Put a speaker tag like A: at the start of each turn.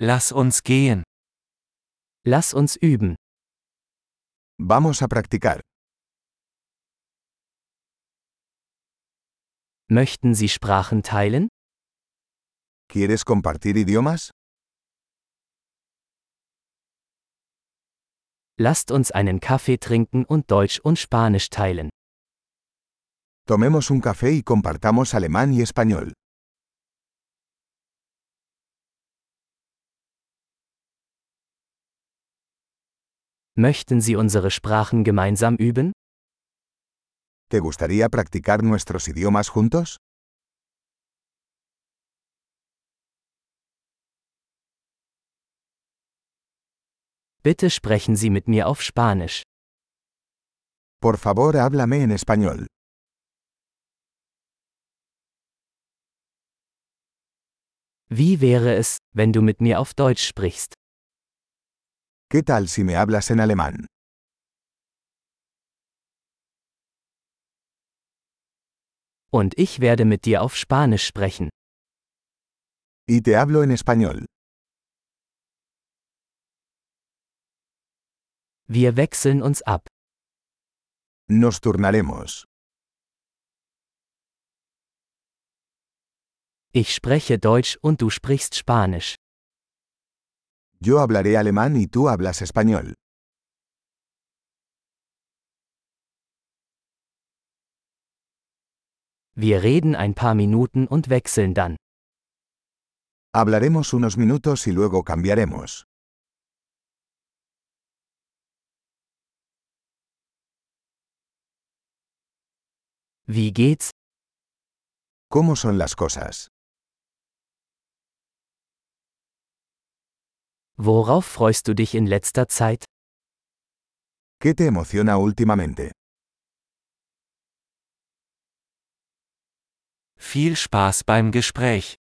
A: Lass uns gehen.
B: Lass uns üben.
C: Vamos a practicar.
B: Möchten Sie Sprachen teilen?
C: ¿Quieres compartir idiomas?
B: Lasst uns einen Kaffee trinken und Deutsch und Spanisch teilen.
C: Tomemos un café y compartamos alemán y español.
B: Möchten Sie unsere Sprachen gemeinsam üben?
C: ¿Te gustaría practicar nuestros idiomas juntos?
B: Bitte sprechen Sie mit mir auf Spanisch.
C: Por favor, háblame en español.
B: Wie wäre es, wenn du mit mir auf Deutsch sprichst?
C: ¿Qué tal si me hablas en alemán?
B: Und ich werde mit dir auf Spanisch sprechen.
C: Y te hablo en español.
B: Wir wechseln uns ab.
C: Nos turnaremos.
B: Ich spreche Deutsch und du sprichst Spanisch.
C: Yo hablaré alemán y tú hablas español.
B: Wir reden ein paar Minuten und wechseln dann.
C: Hablaremos unos minutos y luego cambiaremos.
B: Wie geht's?
C: ¿Cómo son las cosas?
B: Worauf freust du dich in letzter Zeit?
C: ¿Qué te emociona últimamente?
A: Viel Spaß beim Gespräch.